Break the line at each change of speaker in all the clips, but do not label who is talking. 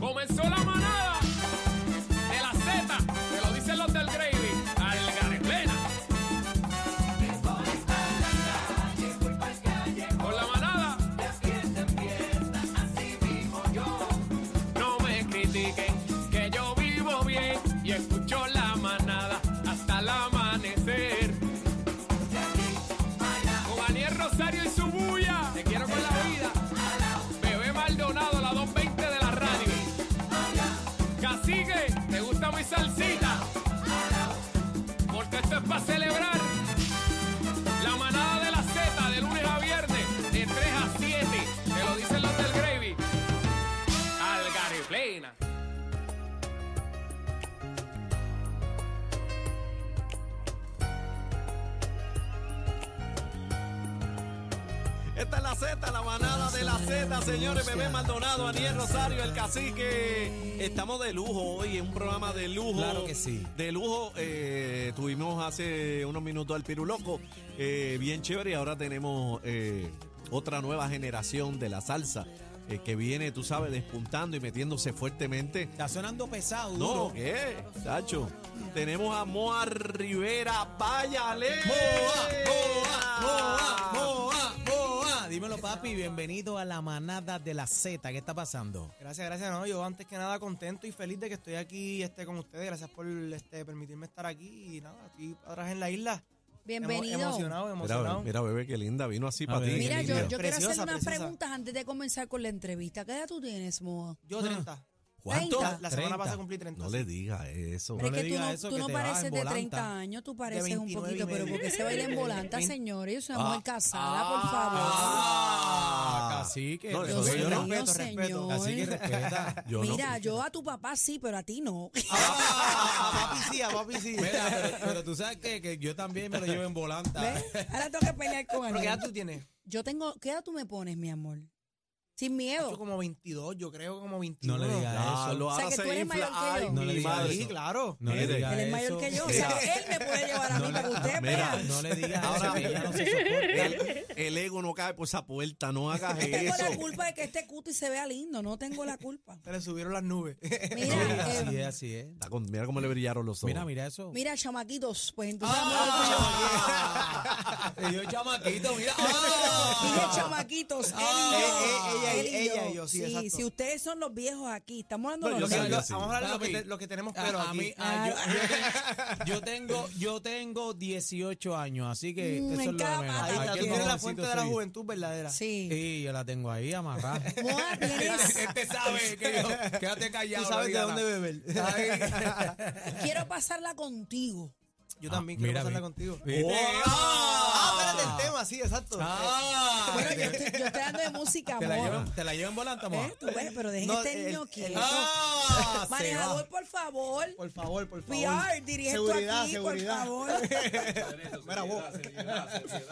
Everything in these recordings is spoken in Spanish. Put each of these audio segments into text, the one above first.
Comenzó la manada de la Z, te lo dicen los del Gravy, al Gareplena. Con la manada, no me critiquen, que yo vivo bien y escucho la manada hasta el amanecer. Con Aniel Rosario y su bulla, te quiero con la vida. Bebé Maldonado, la 220 de la radio. Cacique, ¿te gusta mi salsita? Porque esto es para celebrar. La manada de la Z de lunes a viernes, de 3 a 7. Te lo dicen los del Gravy. Algareplena.
Esta es la Z, la manada de la Z, señores. Bebé Maldonado, Aniel Rosario, el cacique. Estamos de lujo hoy, es un programa de lujo.
Claro que sí.
De lujo. eh, tuvimos hace unos minutos al Piruloco, eh, bien chévere, y ahora tenemos eh, otra nueva generación de la salsa eh, que viene, tú sabes, despuntando y metiéndose fuertemente.
Está sonando pesado,
No,
duro.
¿qué? Tacho. Tenemos a Moa Rivera Vallale.
Moa, moa, moa. Ah, Dímelo, papi, bienvenido a la manada de la Z. ¿Qué está pasando?
Gracias, gracias. No, yo antes que nada contento y feliz de que estoy aquí este, con ustedes. Gracias por este, permitirme estar aquí. Y nada, estoy atrás en la isla. Emo-
Bienvenido.
emocionado,
Mira,
emocionado.
mira, bebé, qué linda. Vino así
A
para ti.
ver,
Mira,
qué
yo,
linda.
yo quiero
Preciosa,
hacer unas
preciosa.
preguntas antes de comenzar con la entrevista. ¿Qué edad tú tienes, Moa?
Yo 30.
¿Cuánto?
La, la semana
30.
pasada cumplí 30.
Ah, No le diga eso.
Pero
no
es que
le
tú
digas
no,
eso,
tú
que
no
te vas
pareces
en
de
volanta.
30 años, tú pareces un
29 y
poquito, pero
medio.
porque se baila en volanta,
Vein-
señores. Yo soy una mujer casada,
Ah, así que.
No,
por favor.
eso
Dios
yo no.
mío,
Respeto, respeto.
señor.
Así que respeta.
Yo no.
Mira, yo a tu papá sí, pero a ti no.
Ah, papi sí, a papi sí.
Mira, pero, pero tú sabes que, que yo también me lo llevo en volanta.
¿Ves? Ahora tengo que pelear con
¿Pero qué edad
él.
tú tienes?
Yo tengo, ¿qué edad tú me pones, mi amor? Sin
Yo
miedo.
como 22, yo creo como 21.
No le digas
Ah,
eso.
lo
O sea,
ahora
que
se
tú eres
infla.
mayor que yo.
Ay,
No
mi
le digas
madre.
Sí,
eso.
claro.
No le
Mire,
digas
Él es
eso.
mayor que yo. O sea, él me puede llevar a mí
No
para que
le-
ustedes
Mira,
vean.
No le digas
Ahora
eso, que ella no se soporta.
El, el ego no cae por esa puerta, no hagas
No tengo
eso.
la culpa de que este cuti se vea lindo, no tengo la culpa.
Se le subieron las nubes.
Mira, eh,
Así es, así es.
Está con- mira cómo le brillaron los ojos.
Mira, mira eso.
mira, chamaquitos, pues entonces
Ah.
Y yo, chamaquito, mira.
vamos a hablar de- Dije chamaquitos, él y
Ah.
yo,
Eh, eh, ella y-
él y
ella y yo, sí, exacto. Pues
si ustedes son los viejos aquí, estamos hablando
No,
de
yo
los
sé,
Mira,
viejos.
lo-
sí.
Vamos a hablar de lo que,
Papi.
te- lo que tenemos
A-
pero
a
aquí.
mí- a- yo, yo tengo, yo tengo, yo tengo 18 años, así que
Mm,
eso es
en
lo de
cada
menos.
pata.
Ahí está,
Aquí
tú
el
tienes la
jovencito
fuente de la
soy.
juventud verdadera. Eh,
Sí.
Sí, yo la tengo ahí amarrada.
Moa, tienes-
Este sabe que yo, quédate callado.
Tú sabes
no
de dónde
digas nada.
beber.
quiero pasarla contigo.
Yo
Ah,
también quiero
mira,
pasarla
vi-
contigo.
Oh.
Eh,
¿Viste?
Ah,
¡Ah!
espérate el tema, sí, exacto.
¡Ah!
Bueno, yo estoy, yo estoy dando de música,
te, la
Moa.
llevan, te la llevan volanta, amor.
¿Eh? Tú ves, pero dejen
No,
este
el-
niño
el-
quieto.
¡Ah! Se
Manejador,
va.
por favor.
Por favor, por favor.
PR, dirige tú
seguridad,
aquí,
seguridad.
por favor.
Mira vos.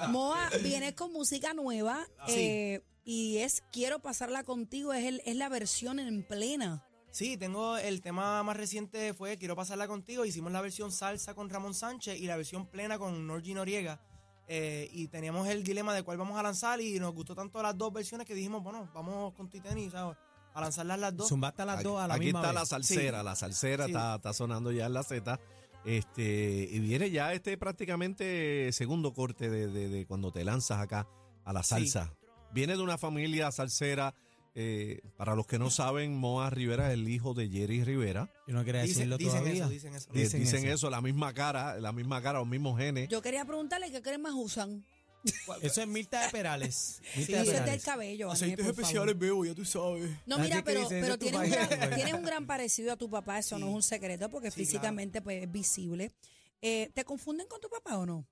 Moa, vienes con música nueva eh, y es Quiero pasarla contigo, es, el, es la versión en plena.
Sí, tengo el tema más reciente fue Quiero pasarla contigo. Hicimos la versión salsa con Ramón Sánchez y la versión plena con Norgy Noriega. Eh, y teníamos el dilema de cuál vamos a lanzar y nos gustó tanto las dos versiones que dijimos, bueno, vamos con Titani, ¿sabes? A lanzarlas las dos.
Zumbaste a las
Aquí,
dos a la
aquí
misma
está
vez.
la salsera,
Sí.
la salsera
Sí.
está, está sonando ya en la Z. Este, y viene ya este prácticamente segundo corte de, de- de cuando te lanzas acá a la salsa. Viene de una familia salsera. eh, para los que no saben, Moa Rivera es el hijo de Jerry Rivera.
Yo no quería
Dicen,
decirlo
dicen
todavía.
eso, dicen eso.
Eh, Dicen,
Dicen
eso.
eso.
la misma cara, la misma cara, los mismos genes.
Yo quería preguntarle qué cremas usan.
Eso es Mirta de Perales.
Sí,
Mirta de
es del
Perales.
cabello. Ángel, por favor.
bebo, ya tú sabes.
No,
Ah,
mira,
¿qué
pero,
dicen?
pero
Ese
tienes,
es tu
un
país,
gran,
güey.
tienes un gran parecido a tu papá, eso no
Sí.
es un secreto porque
Sí, claro.
físicamente pues, es visible. Eh, ¿Te confunden con tu papá o no?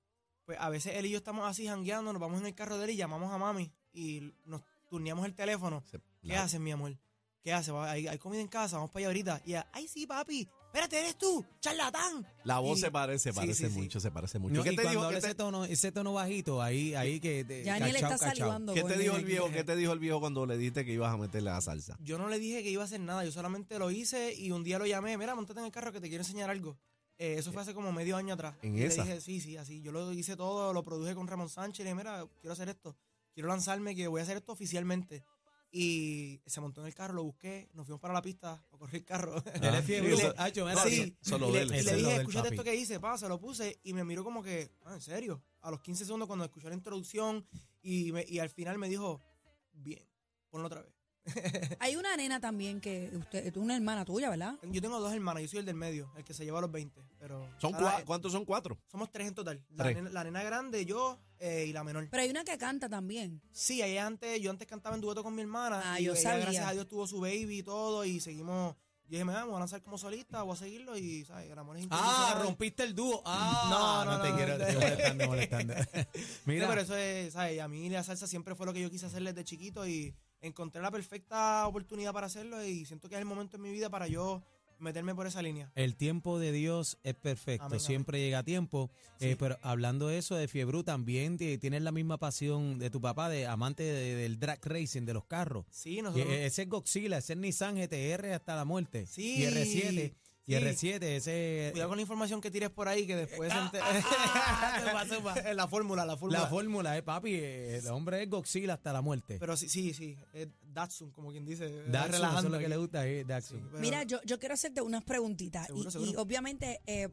Pues a veces él y yo estamos así jangueando, nos vamos en el carro de él y llamamos a mami y nos turneamos el teléfono.
Se-
¿Qué
la-
haces, mi amor? ¿Qué hace? Va, Hay, hay comida en casa, vamos para allá ahorita. Y ella, ay, sí, papi, espérate, eres tú, charlatán.
La voz
Y-
se parece, se
sí,
parece
sí, sí.
mucho, se parece mucho.
No,
¿Qué
y
te
cuando
dijo?
habla
¿Qué te,
ese tono, ese tono bajito, ahí, ahí que
Eh,
te-
Ya ni él
cachao,
está
cachao.
salivando.
qué te
Gordy.
dijo el viejo? ¿Qué te dijo el viejo cuando le dijiste que ibas a meterle la salsa?
Yo no le dije que iba a hacer nada, yo solamente lo hice y un día lo llamé, mira, montate en el carro que te quiero enseñar algo. Eh, eso fue hace como medio año atrás.
¿En
y
esa?
Le dije, sí, sí, así. Yo lo hice todo, lo produje con Ramón Sánchez, le dije, mira, quiero hacer esto, quiero lanzarme, que voy a hacer esto oficialmente. Y se montó en el carro, lo busqué, nos fuimos para la pista, a correr el carro.
Él es fiebre.
Y le-
Ah, yo me
No,
la-
sí.
Solo
Y le,
de él.
y
Pues
le
Ese es lo
dije,
del
escúchate
papi.
esto que hice, pa, se lo puse y me miró como que, ah, ¿en serio? A los 15 segundos cuando escuché la introducción y, me- y al final me dijo, bien, ponlo otra vez.
Hay una nena también que usted, una hermana tuya, ¿verdad?
Yo tengo dos hermanas, yo soy el del medio, el que se lleva a los 20, pero...
¿Son
ahora,
cua-
eh,
¿Cuántos son cuatro?
Somos tres en total, la,
Tres.
Nena, la nena grande, yo eh, y la menor.
Pero hay una que canta también.
Sí, ella antes, yo antes cantaba en dueto con mi hermana
Ah,
y
yo
ella,
sabía.
gracias a Dios, tuvo su baby y todo y seguimos... Yo dije, me voy a lanzar como solista, voy a seguirlo y, ¿sabes? El amor es
Ah,
incondicional.
rompiste el dúo. Ah,
No, no,
te
no,
quiero
no.
te molestando, molestando. Mira,
No, pero eso es, ¿sabes? A mí la salsa siempre fue lo que yo quise hacer desde chiquito y encontré la perfecta oportunidad para hacerlo y siento que es el momento en mi vida para yo meterme por esa línea.
El tiempo de Dios es perfecto,
Amén, amén.
siempre llega a tiempo. Eh, pero hablando de eso, de Fiebru, también te- tienes la misma pasión de tu papá, de amante de- del drag racing, de los carros.
Sí,
Y,
nosotros...
eh, ese es Godzilla, ese es Nissan GTR hasta la muerte.
Sí,
Y R7. Y
sí.
R7, ese.
Cuidado con la información que tires por ahí que después... se enter- la fórmula, la fórmula.
La fórmula, eh, papi. eh, El hombre es Godzilla hasta la muerte.
Pero sí, sí, sí. Es Datsun, como quien dice. eh,
Daxxon, eso es
relajando
lo que
aquí.
le gusta, eh,
Sí,
Daxxon.
pero-
Mira, yo, yo quiero hacerte unas preguntitas.
Seguro,
y,
seguro.
y obviamente, eh,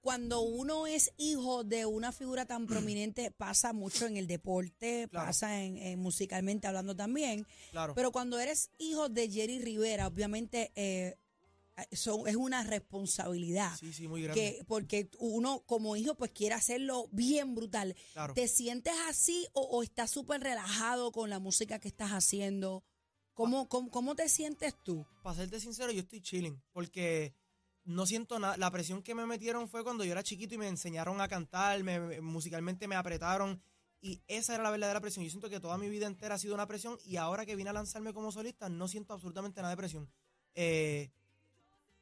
cuando uno es hijo de una figura tan prominente, pasa mucho en el deporte,
Claro.
pasa en, en musicalmente hablando también.
Claro.
Pero cuando eres hijo de Jerry Rivera, obviamente eh, son- es una responsabilidad.
sí, sí, muy grande.
Que porque uno como hijo pues quiere hacerlo bien brutal.
claro.
¿Te sientes así o, o estás súper relajado con la música que estás haciendo? ¿Cómo, cómo, cómo te sientes tú?
Para serte sincero, yo estoy chilling. Porque no siento nada. La presión que me metieron fue cuando yo era chiquito y me enseñaron a cantar, me- me- musicalmente me apretaron. Y esa era la verdadera presión. Yo siento que toda mi vida entera ha sido una presión. Y ahora que vine a lanzarme como solista, no siento absolutamente nada de presión. Eh,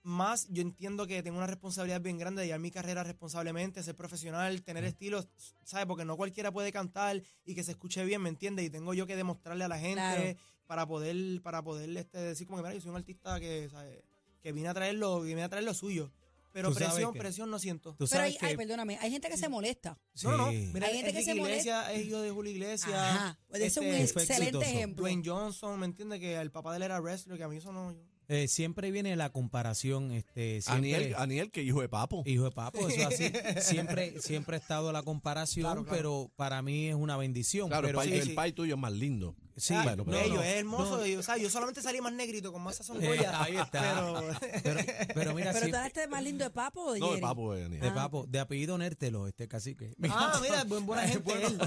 más, yo entiendo que tengo una responsabilidad bien grande de llevar mi carrera responsablemente, ser profesional, tener estilos, ¿sabes? Porque no cualquiera puede cantar y que se escuche bien, ¿me entiendes? Y tengo yo que demostrarle a la gente
Claro.
para poder, para poder este, decir como que, mira, yo soy un artista que, ¿sabes? que vine a traer lo, que vine a traer lo suyo. Pero
Tú sabes
presión,
que-
presión no siento.
Tú
Pero
sabes
hay, ay,
que.
perdóname, hay gente que se molesta.
No, no,
Sí.
mira,
Hay gente que
Enrique
se
Iglesias es hijo de Julio Iglesias.
Ajá. Pues ese
este,
es un
fue
excelente
exitoso.
ejemplo.
Dwayne Johnson, ¿me entiendes? Que el papá de él era wrestler, que a mí eso no... yo-
Eh, siempre viene la comparación. Este, siempre,
Aniel, Aniel, que hijo de papo.
Hijo de papo, eso es así. Siempre, siempre ha estado la comparación,
Claro, claro.
pero para mí es una bendición.
Claro,
pero
el,
sí,
pai, el
sí.
pai tuyo es más lindo.
Sí,
Ah,
bueno, pero
bello,
no.
es hermoso.
No.
y, o sea, yo solamente salí más negrito, con más sazón
Eh,
goya,
ahí está.
Pero,
Pero, pero mira,
Pero tú
siempre-
hablaste más lindo de Papo o de
No, de
Jerry?
papo es Aniel.
de papo, de apellido Nértelo, este cacique.
ah, mira, buen, buena gente él.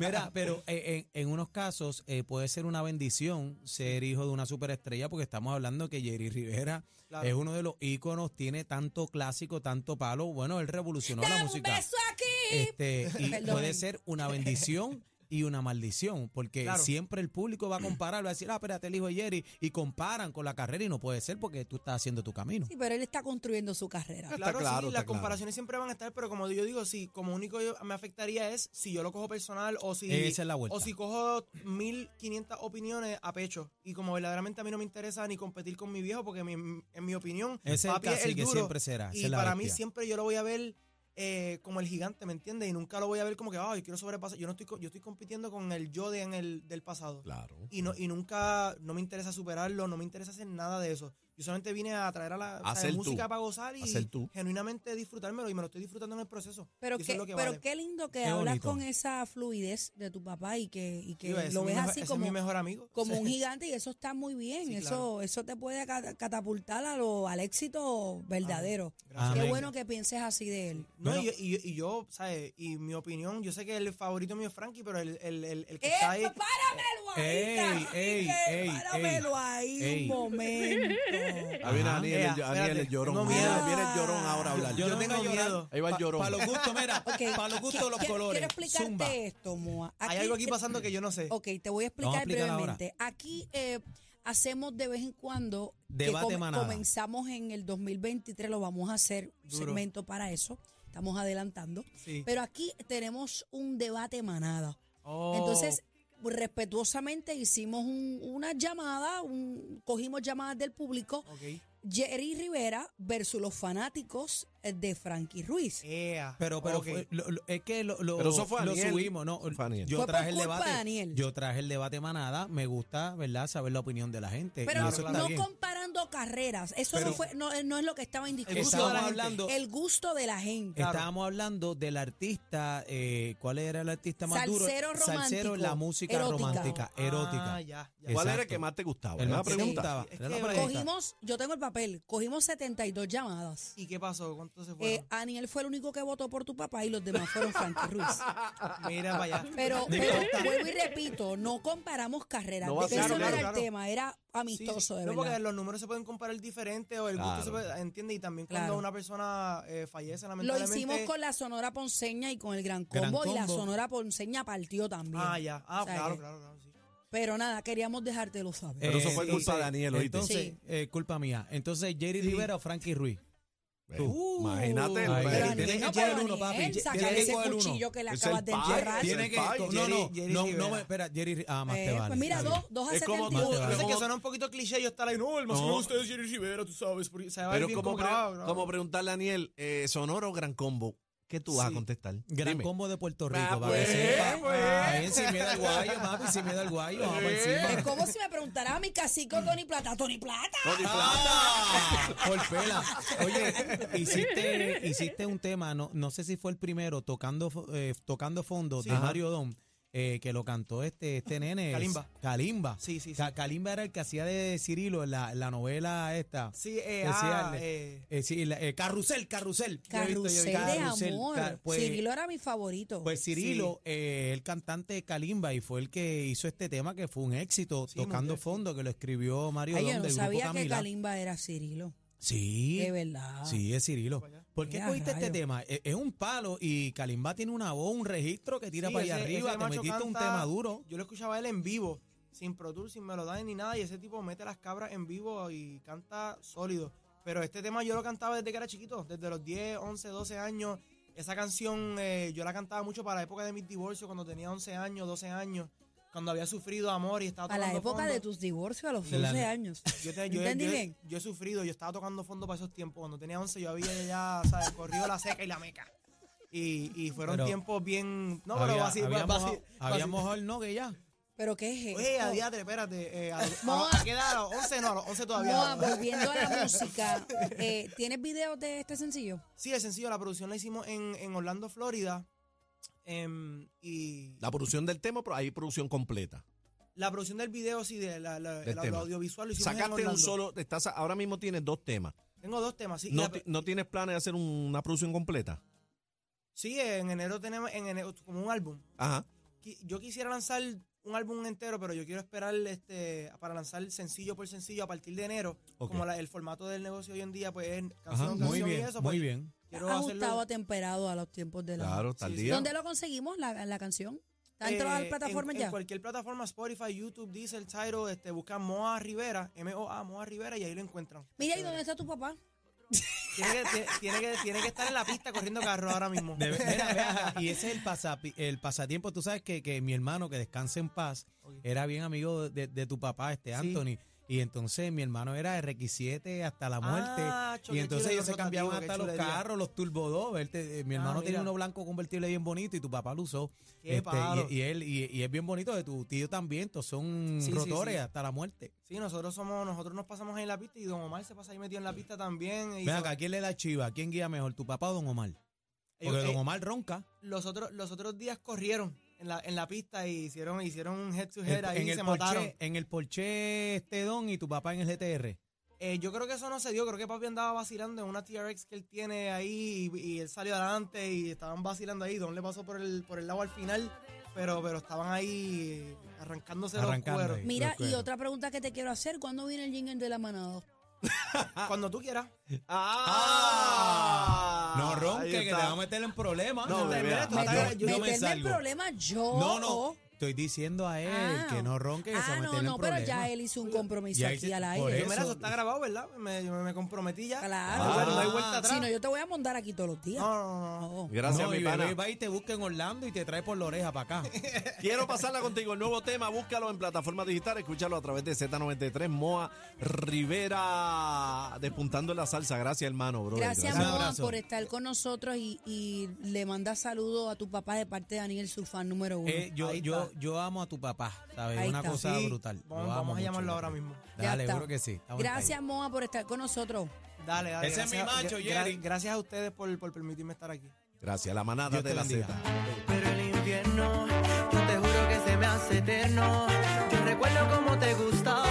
Mira, pero eh, en, en unos casos eh, puede ser una bendición ser hijo de una superestrella, porque estamos hablando que Jerry Rivera
Claro.
es uno de los íconos, tiene tanto clásico, tanto palo. Bueno, él revolucionó la
Dame un
música.
beso aquí.
Este, y
Perdón.
puede ser una bendición y una maldición, porque
Claro.
siempre el público va a comparar, va a decir, ah, espérate, el hijo de Jerry, y comparan con la carrera y no puede ser porque tú estás haciendo tu camino.
Sí, pero él está construyendo su carrera.
Está
Claro,
claro,
sí,
está
las
claro.
comparaciones siempre van a estar, pero como yo digo, si como único yo- me afectaría es si yo lo cojo personal o si,
Esa es la vuelta.
o si cojo 1500 opiniones a pecho. Y como verdaderamente a mí no me interesa ni competir con mi viejo, porque mi- en mi opinión,
Ese
papi
es el
es el
cacique,
duro.
siempre será. esa
Y
es la
para mí
bestia.
siempre yo lo voy a ver eh, como el gigante, ¿me entiendes? Y nunca lo voy a ver como que, ay, quiero sobrepasar. Yo no estoy, co- yo estoy compitiendo con el yo de, en el, del pasado.
Claro.
Y, no, y nunca, no me interesa superarlo, no me interesa hacer nada de eso. Yo solamente vine a traer a la o sea,
Hacer tú.
música para gozar y
Hacer tú.
genuinamente disfrutármelo y me lo estoy disfrutando en el proceso.
Pero,
Y eso
qué,
es lo que
pero
vale.
qué lindo que
Qué
hablas
bonito.
con esa fluidez de tu papá y que, y que
Digo, ese
lo
es mi
ves
mejor-
así
ese
como,
es mi mejor amigo.
como un gigante y eso está muy bien.
Sí,
eso,
claro.
eso te puede ca- catapultar a lo, al éxito verdadero.
Gracias.
Qué
Amén.
bueno que pienses así de él.
No,
Bueno.
y, yo- y yo- y yo, ¿sabes? Y mi opinión, yo sé que el favorito mío es Frankie, pero el, el, el, el que
¡Eh,
está ahí.
páramelo ahí!
Ey,
cacique,
ey, ey,
¡Páramelo
ey,
ahí
ey.
un momento!
Ahí viene
Ajá.
Aniel, el,
Ea,
Aniel, el
espérate,
llorón.
tengo
Viene,
miedo.
viene el llorón ahora a hablar.
Yo tengo miedo.
Ahí va el llorón.
Para los gustos, mira,
Ok,
para los gustos los
quiero-
colores.
Quiero explicarte
Zumba.
esto, Moa.
Hay algo aquí pasando que yo no sé.
Ok, te voy a
Vamos
explicar
a explicar ahora.
brevemente. Aquí eh, hacemos de vez en cuando. que
Debate
come-
manada.
comenzamos en el 2023, lo vamos a hacer, un
Duro.
segmento para eso. Estamos adelantando.
Sí.
Pero aquí tenemos un debate manada.
Oh,
Entonces, pues, respetuosamente hicimos un- una llamada, un- cogimos llamadas del público.
ok.
Jerry Rivera versus los fanáticos eh, de Frankie
Eh,
Ruiz.
Ea,
Pero, pero
ok.
fue- lo- lo- es que lo, lo-
Pero eso fue
lo
Aniel.
subimos, ¿no?
Fue Aniel.
Yo
Fue por
traje el
culpa
debate.
de Aniel.
Yo traje el debate manada. Me gusta, ¿verdad? Saber la opinión de la gente.
Pero
y eso está
no
bien.
comparando carreras. Eso no,
Pero-
fue, no, eh, no es lo que estaba en discusión.
gusto de la
Estábamos
gente.
hablando,
El gusto de la gente.
estábamos hablando del artista. eh, ¿Cuál era el artista más duro?
Salsero romántico,
la música
erótica.
romántica, erótica.
Ah, ya, ya.
¿Cuál era el
Exacto.
que más te gustaba?
El
Era la
más que te
pregunta.
gustaba.
Es
Era la
que
pregunta.
Cogimos, yo tengo el papel, cogimos 72 llamadas.
¿Y qué pasó? ¿Cuánto se fue?
Eh, Aniel fue el único que votó por tu papá y los demás fueron Frankie Ruiz.
Mira para allá.
Pero,
Digo,
pero
está-
vuelvo y repito, no comparamos carreras.
No va a
De
ser,
eso no
claro,
era el
claro.
tema, era
Sí,
amistoso,
sí.
de
no,
verdad.
porque los números se pueden comparar diferentes o el
Claro.
gusto se puede, entiende y también
Claro.
cuando una persona eh, fallece
Lo
lamentablemente Ah,
hicimos con la Sonora Ponceña y con el Gran
Gran
Combo, y la
Combo.
Sonora Ponceña partió también.
Ah, ya. Ah,
O sea
claro,
que-
claro, claro, sí.
Pero nada, queríamos dejártelo saber.
Pero eso fue
entonces-
culpa de Daniel, ¿oíste?
eh, Entonces,
Sí.
eh, culpa mía. Entonces, Jerry Rivera o Frankie Ruiz.
Ven,
Tú.
Imagínate. el-
uh, Ay,
Pero
Jerry,
Aniel,
tienes que
no,
echar
pero
el uno,
Aniel,
papi.
sacar
Tienes que
ese
coger el uno.
cuchillo que le
Es
acabas
el
de
pai,
enterrar.
tiene-
Tiene que.
Senpai,
No,
Jerry-
no,
Jerry
no,
Rivera.
no, me- espera, Jerry. Ah, más
Eh,
te
pues
vale.
mira,
está
dos,
bien.
dos a
Es como
72.
tú-
Yo sé
como-
que suena un poquito cliché yo estar ahí, no, el más
No.
no. usted es Jerry Rivera, tú sabes, porque se va a ir
Pero
bien
como,
como
pre-
bravo, bravo.
como preguntarle a Daniel, eh, ¿sonoro o gran combo? ¿Qué tú vas a
Sí.
contestar?
Gran
Dime.
combo de Puerto Rico,
Ah,
para
pues,
que sepa.
pues.
Ah, bien, si me da el guayo, papi, si me da el guayo, vamos por
Es
encima.
como si me preguntara a mi cacico Tony Plata. ¡Tony Plata!
Tony
Ah, por pela. Oye, hiciste, hiciste un tema, no, no sé si fue el primero, tocando, fo- eh, tocando fondo de
Ajá.
Mario Dom, eh, que lo cantó este, este nene.
Kalimba.
Kalimba.
Sí, sí, sí.
Ca- Kalimba era el que hacía de Cirilo en la, en la novela esta.
Sí, eh,
Decía
ah,
el-
eh,
Eh, sí, la- eh, carrusel, carrusel. Yo he visto, yo
Carrusel
he
de
visto. Carrusel,
amor.
ca- pues,
Cirilo era mi favorito.
Pues Cirilo, eh, el cantante de Kalimba, y fue el que hizo este tema que fue un éxito,
Sí,
tocando
mundial, sí.
fondo, que lo escribió Mario
Ay,
Dom
yo no
del grupo
sabía que
Camila.
Kalimba era Cirilo.
sí,
De verdad.
sí, es Cirilo. ¿Por qué
Mira,
escogiste este
rayo.
tema? E- Es, un palo y Kalimba tiene una voz, un registro que tira
Sí,
para allá
ese-
arriba.
ese
Te
macho
metiste un
canta-
tema duro.
Yo lo escuchaba a él en vivo, sin Pro Tool, sin Melodyne ni nada, y ese tipo mete las cabras en vivo y canta sólido. Pero este tema yo lo cantaba desde que era chiquito, desde los 10, 11, 12 años. Esa canción eh, yo la cantaba mucho para la época de mis divorcios, cuando tenía 11 años, 12 años, cuando había sufrido amor y estaba
A
tocando
la época
fondo.
de tus divorcios, a los
De la-
11 años.
Yo, te- yo-
¿Entendí
yo-
bien?
yo he sufrido, yo estaba tocando fondo para esos tiempos. Cuando tenía 11 yo había ya, ¿sabes? Corrido la seca y la meca. Y, y fueron
Pero-
tiempos bien... No, pero
Había-
así...
habíamos habíamos el no que ya.
¿Pero qué es
Oye, a
esto?
diadre, espérate. eh, a, los-
Moa.
a, los- ¿a qué edad? A los 11 no, a los 11 todavía.
Moa,
no.
volviendo a la música, eh, ¿tienes videos de este sencillo?
Sí, es sencillo. La producción la hicimos en, en Orlando, Florida. em, y
La producción del tema, pero hay producción completa.
la producción del video, sí, de la, la-
Del
la-
tema.
lo audiovisual lo hicimos en
Sacaste un
Orlando.
solo, te estás, ahora mismo tienes dos temas.
Tengo dos temas, sí. y
No,
la-
ti- no tienes planes de hacer una producción completa?
sí, en enero tenemos en enero, como un álbum.
Ajá.
Qui- Yo quisiera lanzar un álbum entero, pero yo quiero esperar este para lanzar sencillo por sencillo a partir de enero.
Ok.
Como la- el formato del negocio hoy en día, pues es canción,
Ajá, muy
canción
bien,
y eso.
muy
pues,
bien.
Ah,
Quiero
Ajustado,
hacerlo.
atemperado a los tiempos de la...
Claro, está
sí,
el
sí.
día.
¿Dónde lo conseguimos, la, la canción? ¿Está en
Eh,
todas las plataformas
en-
ya?
En cualquier plataforma, Spotify, YouTube, Diesel, Tidal, este, buscan Moa Rivera, M-O-A, Moa Rivera, y ahí lo encuentran.
Mira, ¿y dónde está tu papá?
Tiene que, ti- tiene, que, tiene que estar en la pista corriendo carro ahora mismo.
De- mira, ve acá, y ese es el, pasapi- el pasatiempo. Tú sabes que, que mi hermano, que descanse en paz,
Ok.
era bien amigo de, de tu papá, este Anthony. Y entonces mi hermano era RX7 hasta la muerte.
Ah, cho,
y
qué
entonces
chulo,
ellos se
los
cambiaban
rotativos,
hasta
qué
los
chulería.
carros, los turbodos. mi
Ah,
hermano tenía
mira.
uno blanco convertible bien bonito y tu papá lo usó.
Qué palo.
Este, y, y él y, y es bien bonito, de tu tío también. Todos son
Sí, sí,
rotores
sí.
hasta la muerte.
Sí, nosotros somos, nosotros nos pasamos ahí en la pista y Don Omar se pasa ahí metido en la pista también. y
Ven
so-
acá, ¿quién le da chiva? ¿Quién guía mejor, tu papá o Don Omar? Porque
ellos-
Don
eh,
Omar ronca.
los, otros, los otros días corrieron en la, en la pista y hicieron, hicieron un head to
El-
head ahí
en,
y
el
se mataron.
Porsche, en el Porsche este Don y tu papá en el GTR.
Eh, yo creo que eso no se dio, creo que papi andaba vacilando en una TRX que él tiene ahí y, y él salió adelante y estaban vacilando ahí, Don le pasó por el, por el lado al final, pero, pero estaban ahí arrancándose
Arrancando
los
ahí.
cueros.
Mira,
los
y
cueros.
otra pregunta que te quiero hacer, ¿cuándo viene el jingle de la manada?
Cuando tú quieras.
¡Ah!
No
Ahí
ronque, que te
está.
va a meter en problemas.
No,
Yo-
bebé,
ah, yo
tú estás-
me
Meterme en
salgo.
problemas yo.
No, no, Estoy diciendo a él
Ah.
que no ronque, que se
Ah,
va a
no,
meter en
no, pero ya
problemas.
él hizo un compromiso
Ya
aquí
hice-
al
por
aire.
Yo, mira,
eso. Ah,
eso está grabado, ¿verdad? Me, me- me comprometí ya.
Claro. Ah,
O sea, no hay vuelta atrás.
Si no, yo te voy a mandar aquí todos los días. Oh.
No, no, no.
No.
Gracias,
No,
mi
y
pana.
bebé va y te busca en Orlando y te trae por la oreja para acá.
Quiero pasarla contigo. El nuevo tema, búscalo en plataforma digital, escúchalo a través de Z93, Moa Rivera, despuntando en la salsa. Gracias, hermano, bro.
Gracias,
Un
Moa,
abrazo.
por estar con nosotros y, y le manda saludos a tu papá de parte de Daniel, su fan número uno.
Eh, yo,
Ahí
yo,
está.
yo amo a tu papá, ¿sabes?
Ahí
Una
está.
cosa
Sí,
brutal. Lo
Vamos,
amo
vamos a
mucho,
llamarlo
yo
ahora
también.
mismo.
Ya
Dale,
está.
seguro que sí. Estamos en
Gracias,
calle.
Moa, por estar con nosotros.
Dale, dale.
Ese es mi
gracias-
macho,
gra-
Jerry.
Gracias a ustedes por, por permitirme estar aquí.
Gracias, la manada
Dios
de
te
la
bendiga.
Z.
Pero el infierno, yo te juro que se me hace eterno. Yo recuerdo cómo te gustaba.